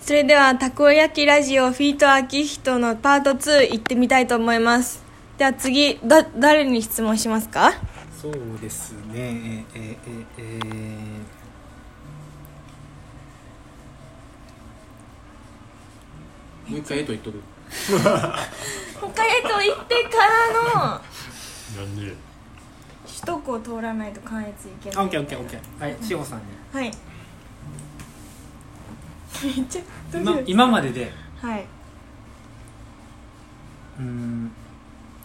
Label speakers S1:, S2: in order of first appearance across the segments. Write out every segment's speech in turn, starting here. S1: それではたこ焼きラジオフィートアキヒトのパート2行ってみたいと思いますでは次だ誰に質問しますか
S2: そうですねえええええーもう一回えと言っとる
S1: 北海道行ってからの
S3: なんで
S1: 首都高通らないと関越行け
S2: あ
S1: な
S2: オッ
S1: い
S2: ケーオッケーオッケーはい志保さんに
S1: はいめっちゃドキド
S2: 今
S1: キ
S2: 今までで
S1: はい
S2: うーん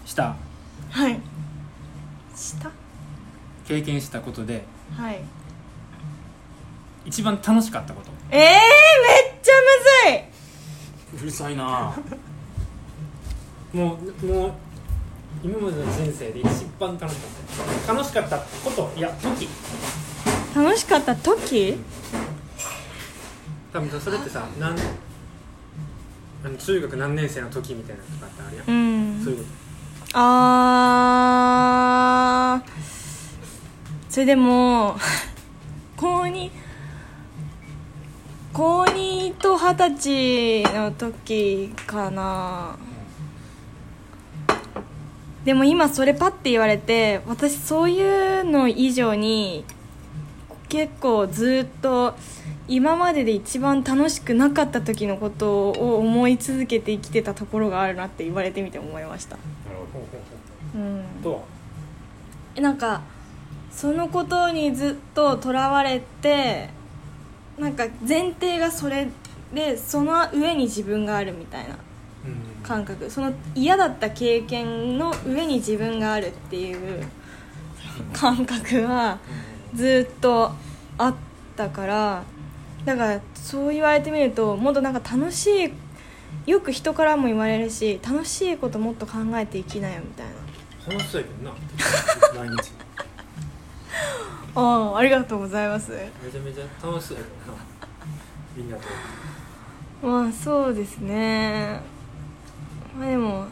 S2: した
S1: はいした
S2: 経験したことで
S1: はい
S2: 一番楽しかったこと
S1: えー、めっちゃむずいう
S3: るさいな
S2: もうもう今までの人生で一番楽しかった楽しかったこといや時
S1: 楽しかった時
S2: 多分さそれってさなんあの中学何年生の時みたいなのとかってあるやん、
S1: うん
S2: そういうこと
S1: あーそれでも高2高2と二十歳の時かなでも今それパッて言われて私そういうの以上に結構ずっと今までで一番楽しくなかった時のことを思い続けて生きてたところがあるなって言われてみて思いました
S2: ほうほう
S1: うん
S2: ほうと
S1: なんかそのことにずっととらわれてなんか前提がそれでその上に自分があるみたいな
S2: うん
S1: 感覚その嫌だった経験の上に自分があるっていう感覚はずっとあったからだからそう言われてみるともっとなんか楽しいよく人からも言われるし楽しいこともっと考えていきなよみたいな
S2: 楽しそうやけどな 毎日
S1: ああありがとうございます
S2: めちゃめちゃ楽しそうやけどなみんなと
S1: まあそうですねまあでも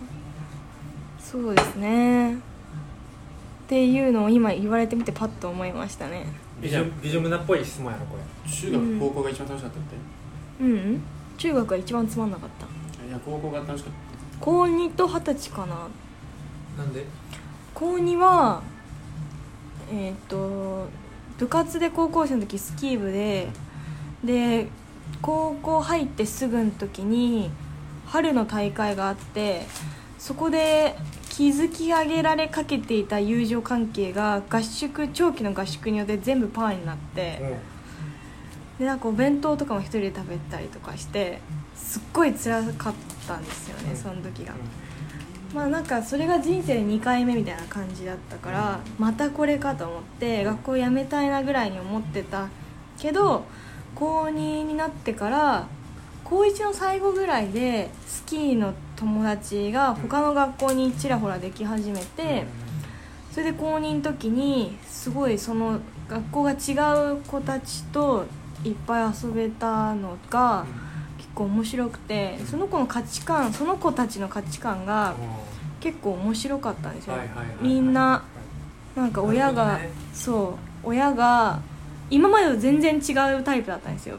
S1: そうですねっていうのを今言われてみてパッと思いましたね
S2: ビジョビジョムナっぽい質問やろこれ
S3: 中
S1: うん
S3: 学高校が一番楽しかったっ
S1: う
S3: て、
S1: ん、うん、中学が一番つまんなかった
S3: いや高校が楽しかった
S1: 高2と二十歳かな
S2: なんで
S1: 高2はえーっと部活で高校生の時スキー部でで高校入ってすぐの時に春の大会があってそこで築き上げられかけていた友情関係が合宿長期の合宿によって全部パーになってでなんかお弁当とかも一人で食べたりとかしてすっごい辛かったんですよねその時が。まあなんかそれが人生2回目みたいな感じだったからまたこれかと思って学校辞めたいなぐらいに思ってたけど高2になってから高1の最後ぐらいでスキーの友達が他の学校にちらほらでき始めてそれで高2の時にすごいその学校が違う子たちといっぱい遊べたのが結構面白くてその子の価値観その子たちの価値観が結構面白かったんですよ、みんななんか親
S2: な
S1: が、
S2: るほどね
S1: そう親が今までと全然違うタイプだったんですよ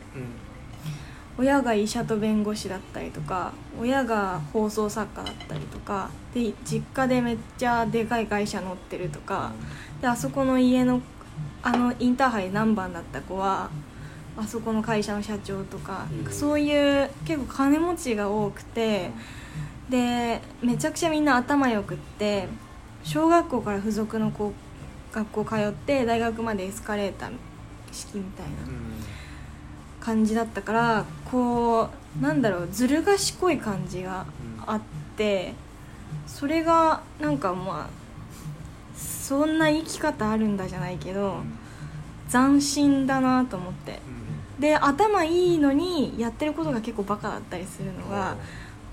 S1: 親が医者と弁護士だったりとか親が放送作家だったりとかで実家でめっちゃでかい会社乗ってるとかであそこの家のあのインターハイ何番だった子はあそこの会社の社長とか、
S3: うん
S1: そういう結構金持ちが多くてでめちゃくちゃみんな頭よくって小学校から付属のこう学校通って大学までエスカレーター式みたいな感じだったからこうなんだろうずる賢い感じがあってそれがなんかまあそんな生き方あるんだじゃないけど斬新だなと思ってで頭いいのにやってることが結構バカだったりするのが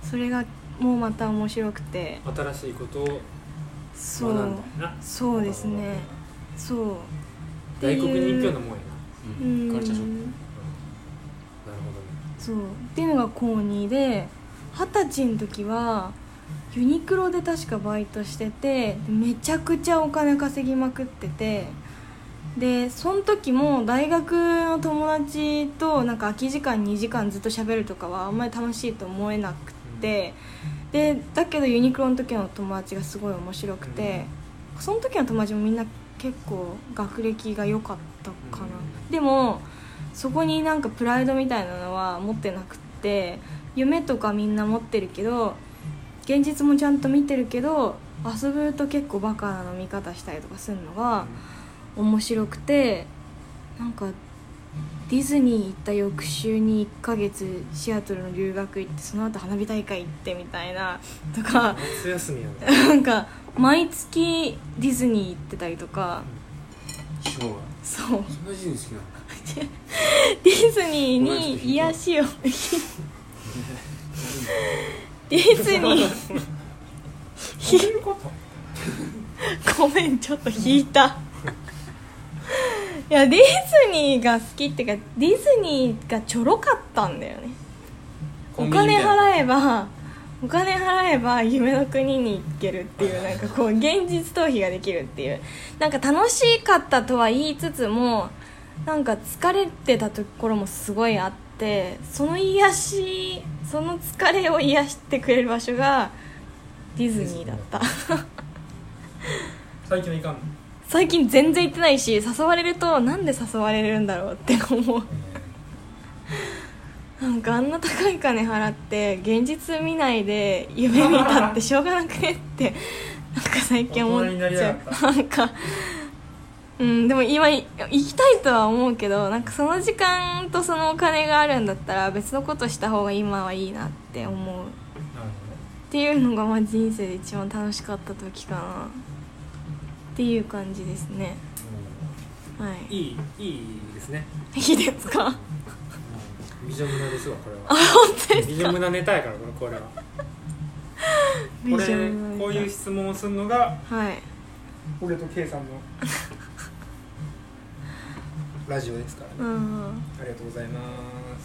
S1: それがもうまた面白くて
S2: 新しいことを
S1: そ
S2: 学
S1: うん
S2: だよな
S1: そうですねそうってい
S2: 外
S1: う
S2: 国に行くようなもんや
S1: う
S2: な
S3: うんカルチャーショッ
S1: ん
S2: なるほどね
S1: そうっていうのが高2で二十歳の時はユニクロで確かバイトしててめちゃくちゃお金稼ぎまくっててでその時も大学の友達となんか空き時間2時間ずっと喋るとかはあんまり楽しいと思えなくて、でだけどユニクロの時の友達がすごい面白くて、その時の友達もみんな結構学歴が良かったかな、
S2: う
S1: でもそこになんかプライドみたいなのは持ってなくって夢とかみんな持ってるけど現実もちゃんと見てるけど遊ぶと結構バカな飲み方したりとかするのが面白くてなんかディズニー行った翌週に1ヶ月シアトルの留学行ってその後花火大会行ってみたいなとか
S2: 夏休みやな
S1: なんか毎月ディズニー行ってたりとか
S3: 師匠が
S1: そう
S3: そんな人好きなの
S1: ディズニーに癒 しをディズニー
S2: そういうこと
S1: ごめんちょっと引いたいやディズニーが好きっていうかディズニーがちょろかったんだよねお金
S3: え
S1: 払えばお金払えば夢の国に行けるって いうなんかこう現実逃避ができるっていうなんか楽しかったとは言いつつもなんか疲れてたところもすごいあってその癒しその疲れを癒してくれる場所がディズニーだった
S2: 最近はいかんの
S1: 最近全然行ってないし誘われるとなんで誘われるんだろうって思うなんかあんな高い金払って現実見ないで夢見たってしょうがなくねってなんか最近思っ
S2: 大人になり
S1: ち
S2: や
S1: ゃ
S2: がっ
S1: うなんかうんでも今い行きたいとは思うけどなんかその時間とそのお金があるんだったら別のことした方が今はいいなって思うっていうのがまあ人生で一番楽しかった時かなっていう感じですねはい
S2: いいいいですね
S1: いいですか
S2: ビジョン無駄ですわこれはあビジョン無駄ネタやからこれはこれこういう質問をするのが
S1: はい
S2: 俺と K さんのラジオですからね
S1: うん
S2: ありがとうございま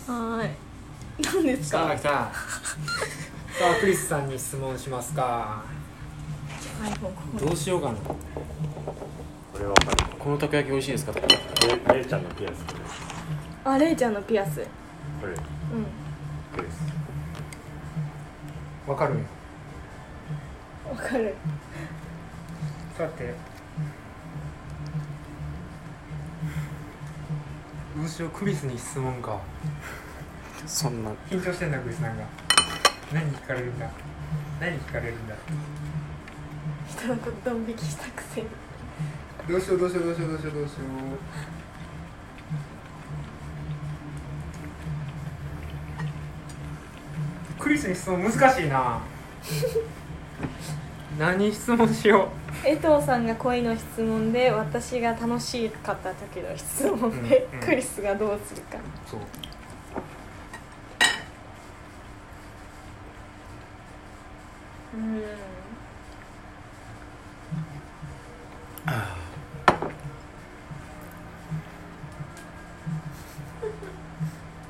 S2: す
S1: はーい何です
S2: さ
S1: か
S2: あ来たさあクリスさんに質問しますか
S1: iPhone ここ
S2: どうしようかな
S4: これわかる
S3: このたこ焼き美味しいですかとか
S4: れれいちゃんのピアスこれ
S1: あレイちゃんのピアス
S4: これ
S1: うん
S4: これです
S2: わかるんや
S1: わかる
S2: さてどうしようクリスに質問か
S3: そんな
S2: 緊張してんだクリスなんか何聞かれるんだ何聞かれるんだ
S1: 人のことドン引きしたくせに
S2: どうしようどうしようどうしようどうしようどうしようクリスに質問難しい な何質問しよ
S1: 江藤さんが恋の質問で私が楽しかった時の質問で、
S2: うんうん
S1: クリスがどうするか
S2: うそう
S1: うん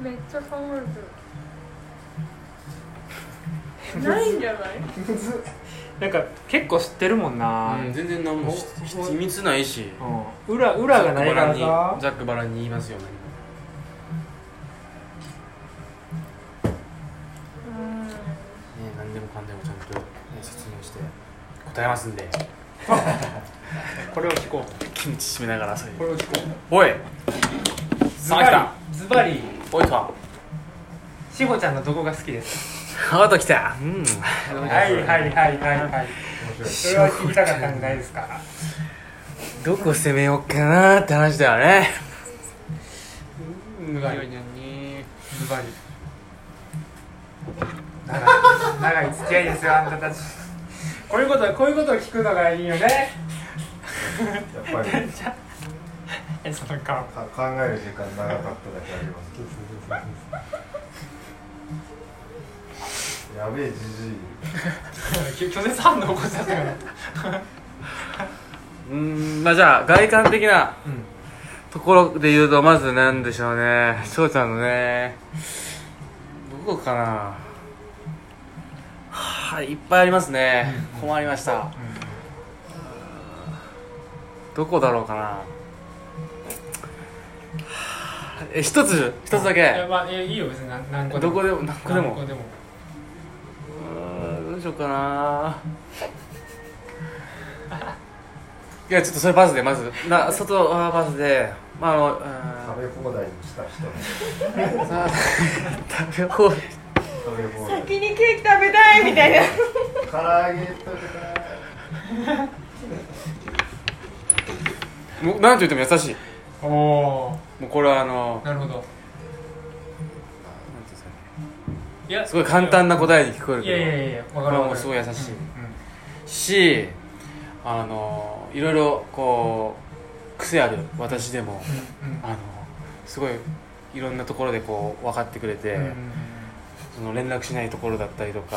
S1: めっちゃ考え てるないんじゃない
S2: むずっなんか結構知ってるもんな、
S3: うん全然何もし
S2: お
S3: し秘密ないし
S2: うん、裏裏がないから
S3: ざっくばら
S2: さ
S3: んにざっくばらんに言いますよね
S1: う
S3: ね何でもかんでもちゃんと、ね、説明して答えますんで
S2: これを聞こ
S3: キムチ締めながらそれ
S2: うこれを聞こ
S3: おいうさあ
S2: リズバリ
S3: 来たおいか
S2: しほちゃんのどこが好きです
S3: ハート来たうん
S2: かはいはいはいはいはいそれは聞きたかったんじゃないですか
S3: どこ攻めようかなって話だよね
S2: ズ
S3: う
S2: バ
S3: わ
S2: リ
S3: にゃに
S2: ズバリ長い長い付き合いですよあんたたちこういうことこういうことを聞くのがいいよね
S5: やっぱり
S2: えその顔
S5: か考える時間長かっただけありますやべえじじい
S2: 拒絶反応起こしちゃったから
S3: うーんまあじゃあ外観的な
S2: うん
S3: ところで言うとまず何でしょうね翔ちゃんのねどこかなはあいっぱいありますね困りましたどこだろうかなえ一つ一つだ
S2: いや
S3: け
S2: まあえいいよ別に何何個で
S3: ど
S2: も
S3: こでも何個で
S2: 何
S3: も
S2: 個でも
S3: うーんどうしようかな いやちょっとそれパスでまずな外はパスでまああのうーん
S5: 食べ放題にした人
S3: さあ食べ放題
S5: 食べ放題
S1: 先にケーキ食べたいみたいな
S5: 唐揚げとか
S3: もうなんと言っても優しい
S2: おお
S3: もうこれはあの
S2: ーなるほど
S3: なんていうんですかね
S2: いや
S3: すごい簡単な答えに聞こえる
S2: い
S3: け
S2: や
S3: ど
S2: いやいやわかるわ
S3: まあ
S2: か
S3: もう
S2: る
S3: すごい優しい
S2: うんうん
S3: しあのいろいろこう癖ある私でも
S2: うんうん
S3: あのすごいいろんなところでこう分かってくれて、
S2: うんうんうん
S3: その連絡しないところだったりとか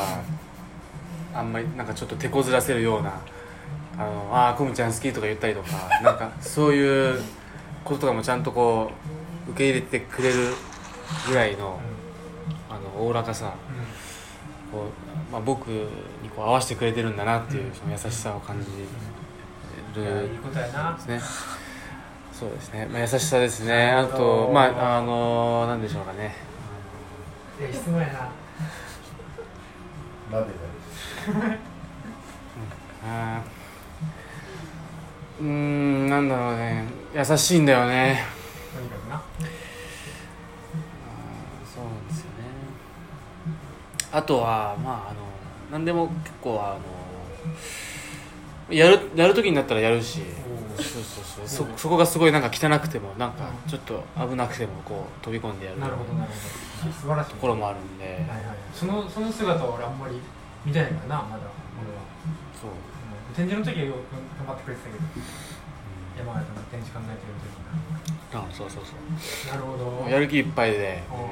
S3: あんまりなんかちょっと手こずらせるような「あのあーくむちゃん好き」とか言ったりとかなんかそういうこととかもちゃんとこう受け入れてくれるぐらいのあのおおらかさこう、まあ、僕にこう合わせてくれてるんだなっていうその優しさを感じ
S2: うんうんいや
S3: る
S2: いいことやな
S3: ですね。そうですね。まあ優しさですね。
S2: な
S3: あ
S2: るほど
S3: とまああのなんでしょうかね。
S2: いや質問やな
S5: なでなで
S3: あーうーんなんだろうね。優しいんだよね。
S2: とにかくな
S3: そうなんですよね。あとはまああの何でも結構あのやるやる時になったらやるし。
S2: おー
S3: そうそうそうそそこがすごいなんか汚くてもなんかちょっと危なくてもこう飛び込んでやる
S2: なるほどなるほど素晴らしい
S3: ところもあるんで、
S2: はいはい、そのその姿を俺あんまり見てないからなまだ俺は、
S3: そう
S2: うん、展示の時はよく頑張ってくれてたけど山形の展示考えてる
S3: あそうそうそ
S2: 時なるほど
S3: うやる気いっぱいで、
S2: おー
S3: うん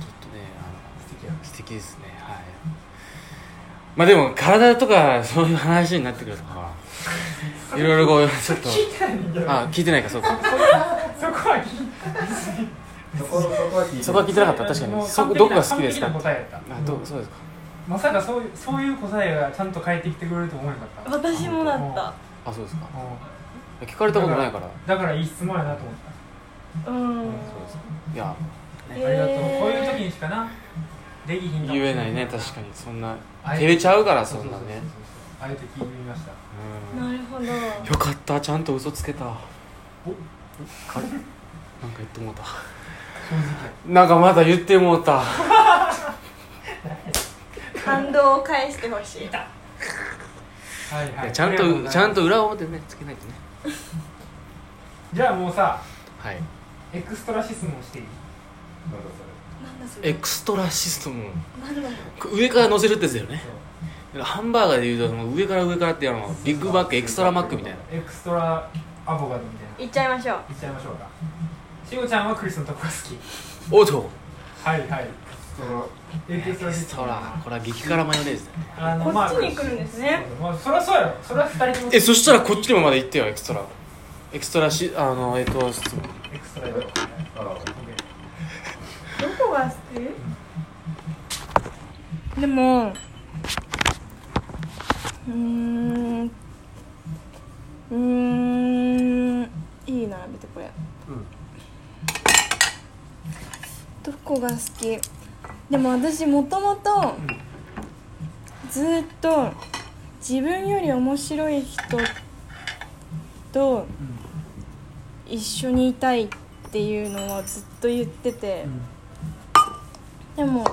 S3: ちょっとねあ
S2: 素敵や
S3: の素敵ですねはいまあでも体とかそういう話になってくる とかいろいろこうちょっと
S2: 聞いてないんだよ
S3: あ聞いてないかそうか
S2: そこは聞い
S5: そこそこは聞いて
S3: そこは聞いてなかった確か
S2: もう
S3: にそ
S2: 完
S3: こ
S2: 璧
S3: ど
S2: な
S3: こが好きですか
S2: 完璧な答えやった
S3: あどうそうですか
S2: まさかそういうそういう答えがちゃんと返ってきてくれると思わなかったうん
S1: 私もだっ
S3: あそうですか聞かれたことないから
S2: だからいい質問やなと思っ
S1: た
S2: た
S1: うん
S3: そうですかいや
S2: あ
S1: へ
S2: り
S1: ー
S2: がとうこういう時にしかなできひんか
S3: 言えないね確かにそんな
S2: あえて
S3: 照れちゃうからそんな
S2: うう
S3: ね
S2: うそうあえて聞いてみました
S3: うん
S1: なるほど
S3: よかったちゃんと嘘つけたあれ
S2: お
S3: なんか言ってもうた
S2: 正直
S3: なんかまだ言ってもうた
S1: 感動を返してほしい
S2: はいはいい
S3: やちゃん
S2: ありがうござい
S3: と
S2: ます
S3: ちゃんと裏表ねつけないとね
S2: じゃあもうさ
S3: はい
S2: エクストラ質問していい
S5: なんだそれ
S1: なんだそれ
S3: エクストラシステム
S1: なんだろう
S3: 上から乗せるってやつだよね
S2: そう
S3: ハンバーガーで言うと上から上からってやるのビッグマックエクストラマックみたいな
S2: エクストラアボガドみたいない
S1: っちゃいましょう
S2: いっちゃいましょうかしごちゃんはクリスのとこが好き
S3: おっと
S2: はいはい
S5: その
S2: エクスト
S3: エ
S2: ラ
S3: ク
S2: 質
S3: ス
S2: 問
S3: トラこれは激辛マヨネーズだね
S2: あの
S1: こ
S2: まあ
S1: っちに来るんですね
S2: まあそりゃそうやろそれは二人とも
S3: えそしたらこっちにもまだ行ってよエクストラエクストラしあのえっと質問
S2: エクストラだよ
S5: あ
S1: どこが好きでもうーんうーんいい並べてこれ、どこが好きでも私もともとずーっと自分より面白い人と一緒にいたいっていうのはずっと言ってて、でも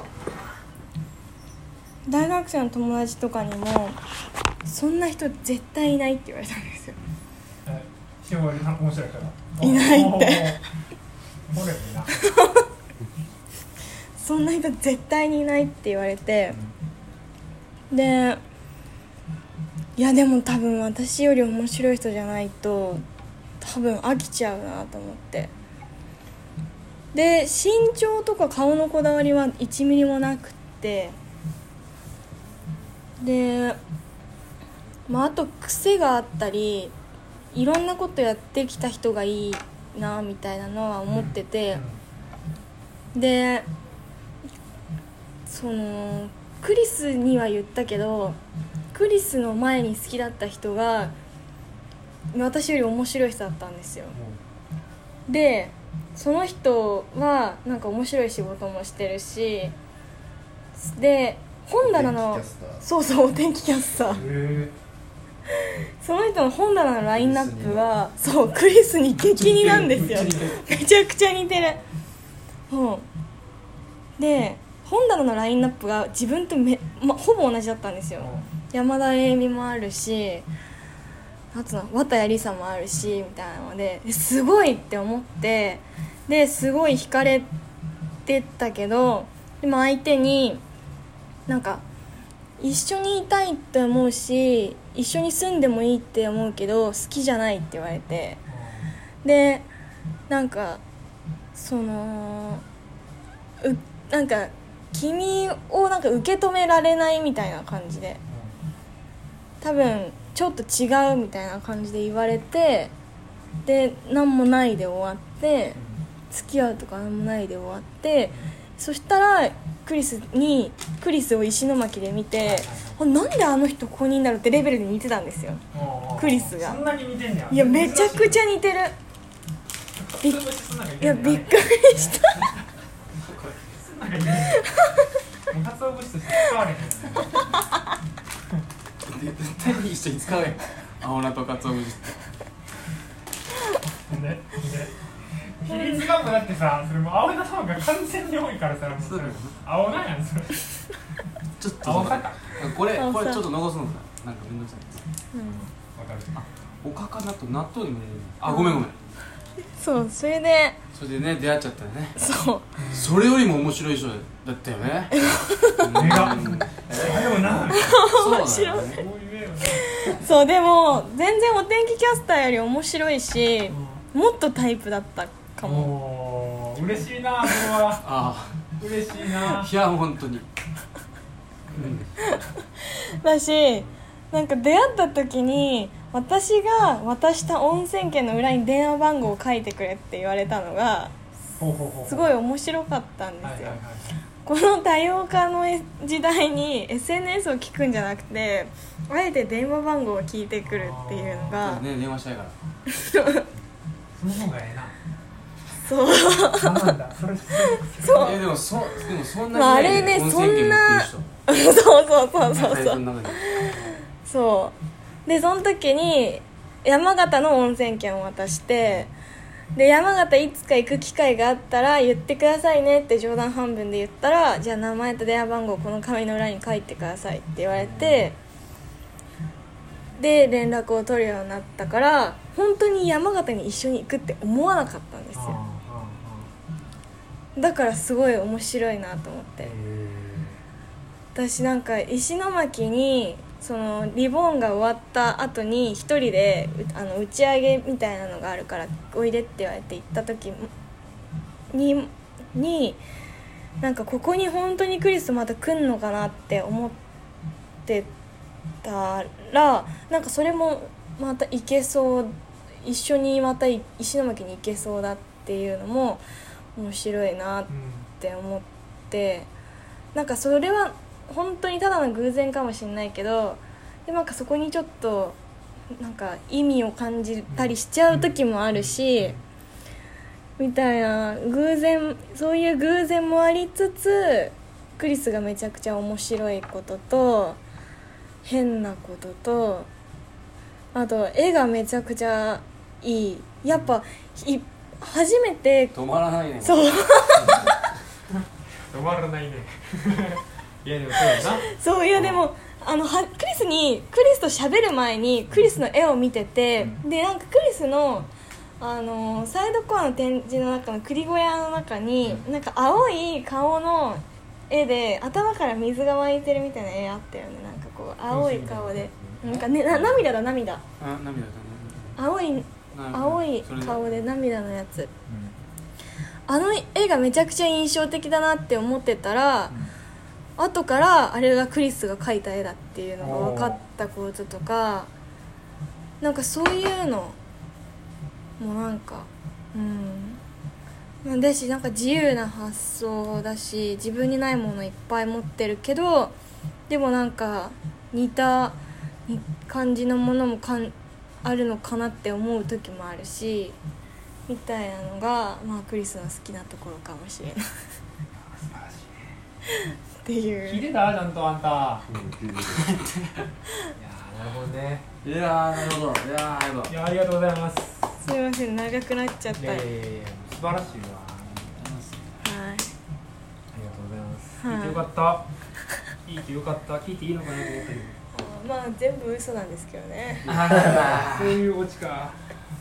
S1: 大学生の友達とかにも「そんな人絶対いない」って言われたんですよ
S2: しごちゃん面白いから
S1: いないって
S2: おーおーおーおもろいな
S1: 「そんな人絶対にいない」って言われてでいやでも多分私より面白い人じゃないと多分飽きちゃうなと思ってで身長とか顔のこだわりは1ミリもなくってでまああと癖があったりいろんなことやってきた人がいいなみたいなのは思っててでそのクリスには言ったけどクリスの前に好きだった人が私より面白い人だったんですよでその人はなんか面白い仕事もしてるしで本棚の
S5: 電気キャスター
S1: そうそうお天気キャスター
S2: え
S1: その人の本棚のラインナップはそうクリスに激似なんです よめちゃくちゃ似てるうんで本棚のラインナップが自分とめ、ま、ほぼ同じだったんですよ山田栄美もあるしあとな綿谷りさもあるしみたいなのでえすごいって思ってですごい惹かれてったけどでも相手になんか一緒にいたいって思うし一緒に住んでもいいって思うけど好きじゃないって言われてでなんかそのうなんか君をなんか受け止められないみたいな感じで多分ちょっと違うみたいな感じで言われてで何もないで終わって付き合うとか何もないで終わってそしたらクリスにクリスを石巻で見てあなんであの人ここにいるんだろうってレベルで似てたんですよクリスが
S2: そんなに似てんねや
S1: いやめちゃくち
S2: ゃ
S1: ゃ似てるびっ
S2: い
S1: いやびっくりした
S2: 発音物質として使われへん
S3: 絶対に一緒に使えアホなとかつお節
S2: ねね比率がもうだってさそれもう青菜さんが完全に多いからさもうそれ青菜やんそれ
S3: ちょっと
S2: 青菜か
S3: これ
S1: 青
S3: こ
S1: さ
S3: れちょっと残すのさなんかめんどくさい
S2: わかる
S3: おかか納豆納豆にも入れるあごめんごめん
S1: そうそれで
S3: それでね出会っちゃったよね
S1: そう
S3: それよりも面白い人だったよね
S2: 目があ
S3: うん
S2: でもな
S3: そうだよね
S2: こういう絵はな
S1: そうでも全然お天気キャスターより面白いしもっとタイプだったかも
S2: もう嬉しいなこれは
S3: あ
S2: 嬉しいな
S3: あいや本当に
S1: だしなんか出会った時に私が渡した温泉券の裏に電話番号を書いてくれって言われたのが
S2: ほうほうほう
S1: すごい面白かったんですよ、
S2: はいはいはい
S1: この多様化の時代に SNS を聞くんじゃなくてあえて電話番号を聞いてくるっていうのが、
S3: ね電話したいから
S2: その方がええな
S1: そう
S2: そうなんだそれす
S1: そう
S3: えでもそでもそん
S1: まあ
S3: な
S1: あ
S3: に
S1: れね
S3: 温泉券持ってる人
S1: そうそうそうそ
S3: タ
S1: う
S3: イ
S1: そ
S3: プ
S1: う
S3: の中に
S1: そうでその時に山形の温泉券を渡してで山形いつか行く機会があったら言ってくださいねって冗談半分で言ったらじゃあ名前と電話番号をこの紙の裏に書いてくださいって言われてで連絡を取るようになったから本当に山形に一緒に行くって思わなかったんですよだからすごい面白いなと思って私なんか石巻にそのリボンが終わった後に一人でうあの打ち上げみたいなのがあるからおいでって言われて行った時にになんかここに本当にクリスまた来んのかなって思ってたらなんかそれもまた行けそう一緒にまたい石巻に行けそうだっていうのも面白いなっって思ってなんかそれは本当にただの偶然かもしれないけどでもなんかそこにちょっとなんか意味を感じたりしちゃう時もあるしみたいな偶然そういう偶然もありつつクリスがめちゃくちゃ面白いことと変なこととあと絵がめちゃくちゃいいやっぱい初めて
S3: 止まらないね
S1: そう
S2: 止まらないね いやでもそうやな
S1: そういやでもあのはクリスにクリスと喋る前にクリスの絵を見てて、でなんかクリスのあのーサイドコアの展示の中の栗小屋の中に、なんか青い顔の絵で頭から水が湧いてるみたいな絵あったよねなんかこう青い顔でなんか、ね、な涙だ涙
S3: あ涙だね
S1: 青い
S3: 涙
S1: 青い
S3: それ
S1: 顔で涙のやつあの絵がめちゃくちゃ印象的だなって思ってたら、後からあれがクリスが描いた絵だっていうのが分かったこととかなんかそういうのもなんかうんだしなんか自由な発想だし自分にないものいっぱい持ってるけどでもなんか似たに感じのものもかんあるのかなって思う時もあるしみたいなのが、まあ、クリスの好きなところかもしれない って
S2: 聞い
S1: いう
S2: てたちゃんとあんた
S5: うん
S2: いやーなるほどね
S6: いやーなるほどいやーやば
S2: いやありがとうございます
S1: すいません長くなっちゃっ
S2: い
S1: た
S2: や
S1: はいい
S2: やいやいや素晴らしいわありがとうございます、
S1: はい
S2: 聞いてよかった聞いてよかった聞いていいのかなと思ったけ
S1: あまあ全部嘘なんですけどね
S6: あら
S2: どそういうオチか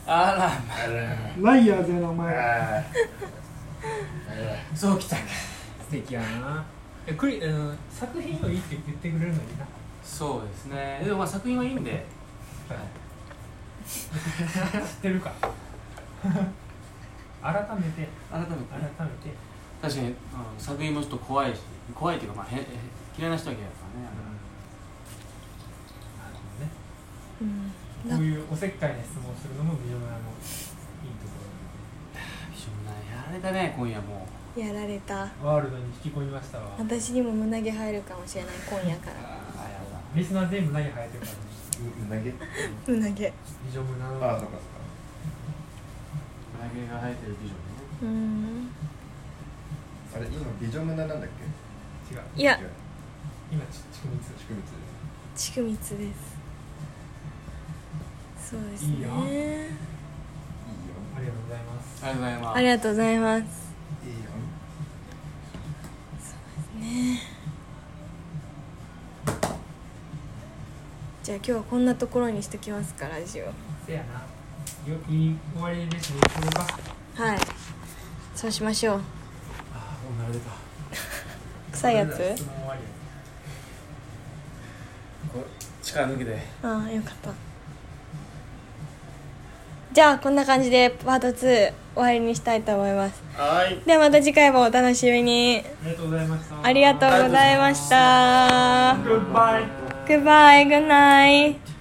S6: あらま
S2: ライアーズやなお前
S6: そうきたか
S2: 素敵やなえクリ、うん、作品をいいって言ってくれるのにな
S3: そうですねでもまあ作品はいいんで
S2: 知って るか改めて
S3: 改めて
S2: 改めて
S3: 確かに、うん、作品もちょっと怖いし怖いっていうか、まあ、へへ嫌いな人は嫌いだからね、
S2: なるほどね
S1: うん
S2: こういうおせっかいな質問をするのも美女村のいいとこ
S3: びしょ濡れやられたね今夜も
S1: やられた
S2: ろワールドに引き込みましたわ
S1: 私にも胸毛入るかもしれない今夜か
S3: あ
S1: ら
S3: あやだ
S2: リスナー全部何生えてるからね
S5: うなぎ
S1: 胸毛
S2: 美女村の
S5: ああ、そっかそっか。
S3: 胸毛が生えてる美女ね
S1: うん
S5: あれ、今、ビジョムナなん
S2: 違
S5: だっ
S2: う
S1: いや
S5: け違う
S2: 今ちちくみつ
S5: 宿密
S1: 乳首つですそうですね
S2: いいよありがとうございます
S3: ありがとうございます
S1: ありがとうございます
S5: いいよ。いいよ。
S1: ねじゃあ今日はこんなところにしときますかラジオ
S2: せやなよいい終わりですねこれか
S1: はいそうしましょう
S2: ああもう慣れた
S1: 臭いや
S2: それでは
S1: つ
S2: 質問終わりや
S3: こう力抜けて
S1: ああよかったじゃあこんな感じでパート2終わりにしたいと思います
S4: はい
S1: ではまた次回もお楽しみに
S2: ありがとうございました
S1: ありがとうございました
S2: グッバイ
S1: Goodbye good night